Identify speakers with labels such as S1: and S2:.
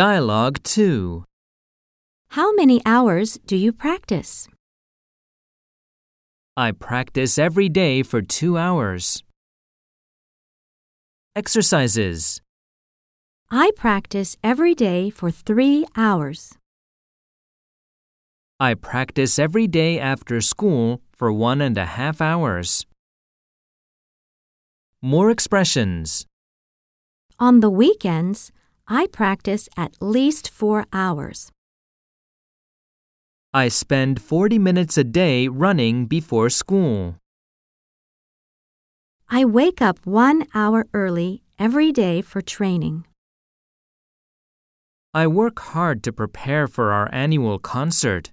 S1: Dialogue 2.
S2: How many hours do you practice?
S1: I practice every day for two hours. Exercises.
S2: I practice every day for three hours.
S1: I practice every day after school for one and a half hours. More expressions.
S2: On the weekends, I practice at least four hours.
S1: I spend 40 minutes a day running before school.
S2: I wake up one hour early every day for training.
S1: I work hard to prepare for our annual concert.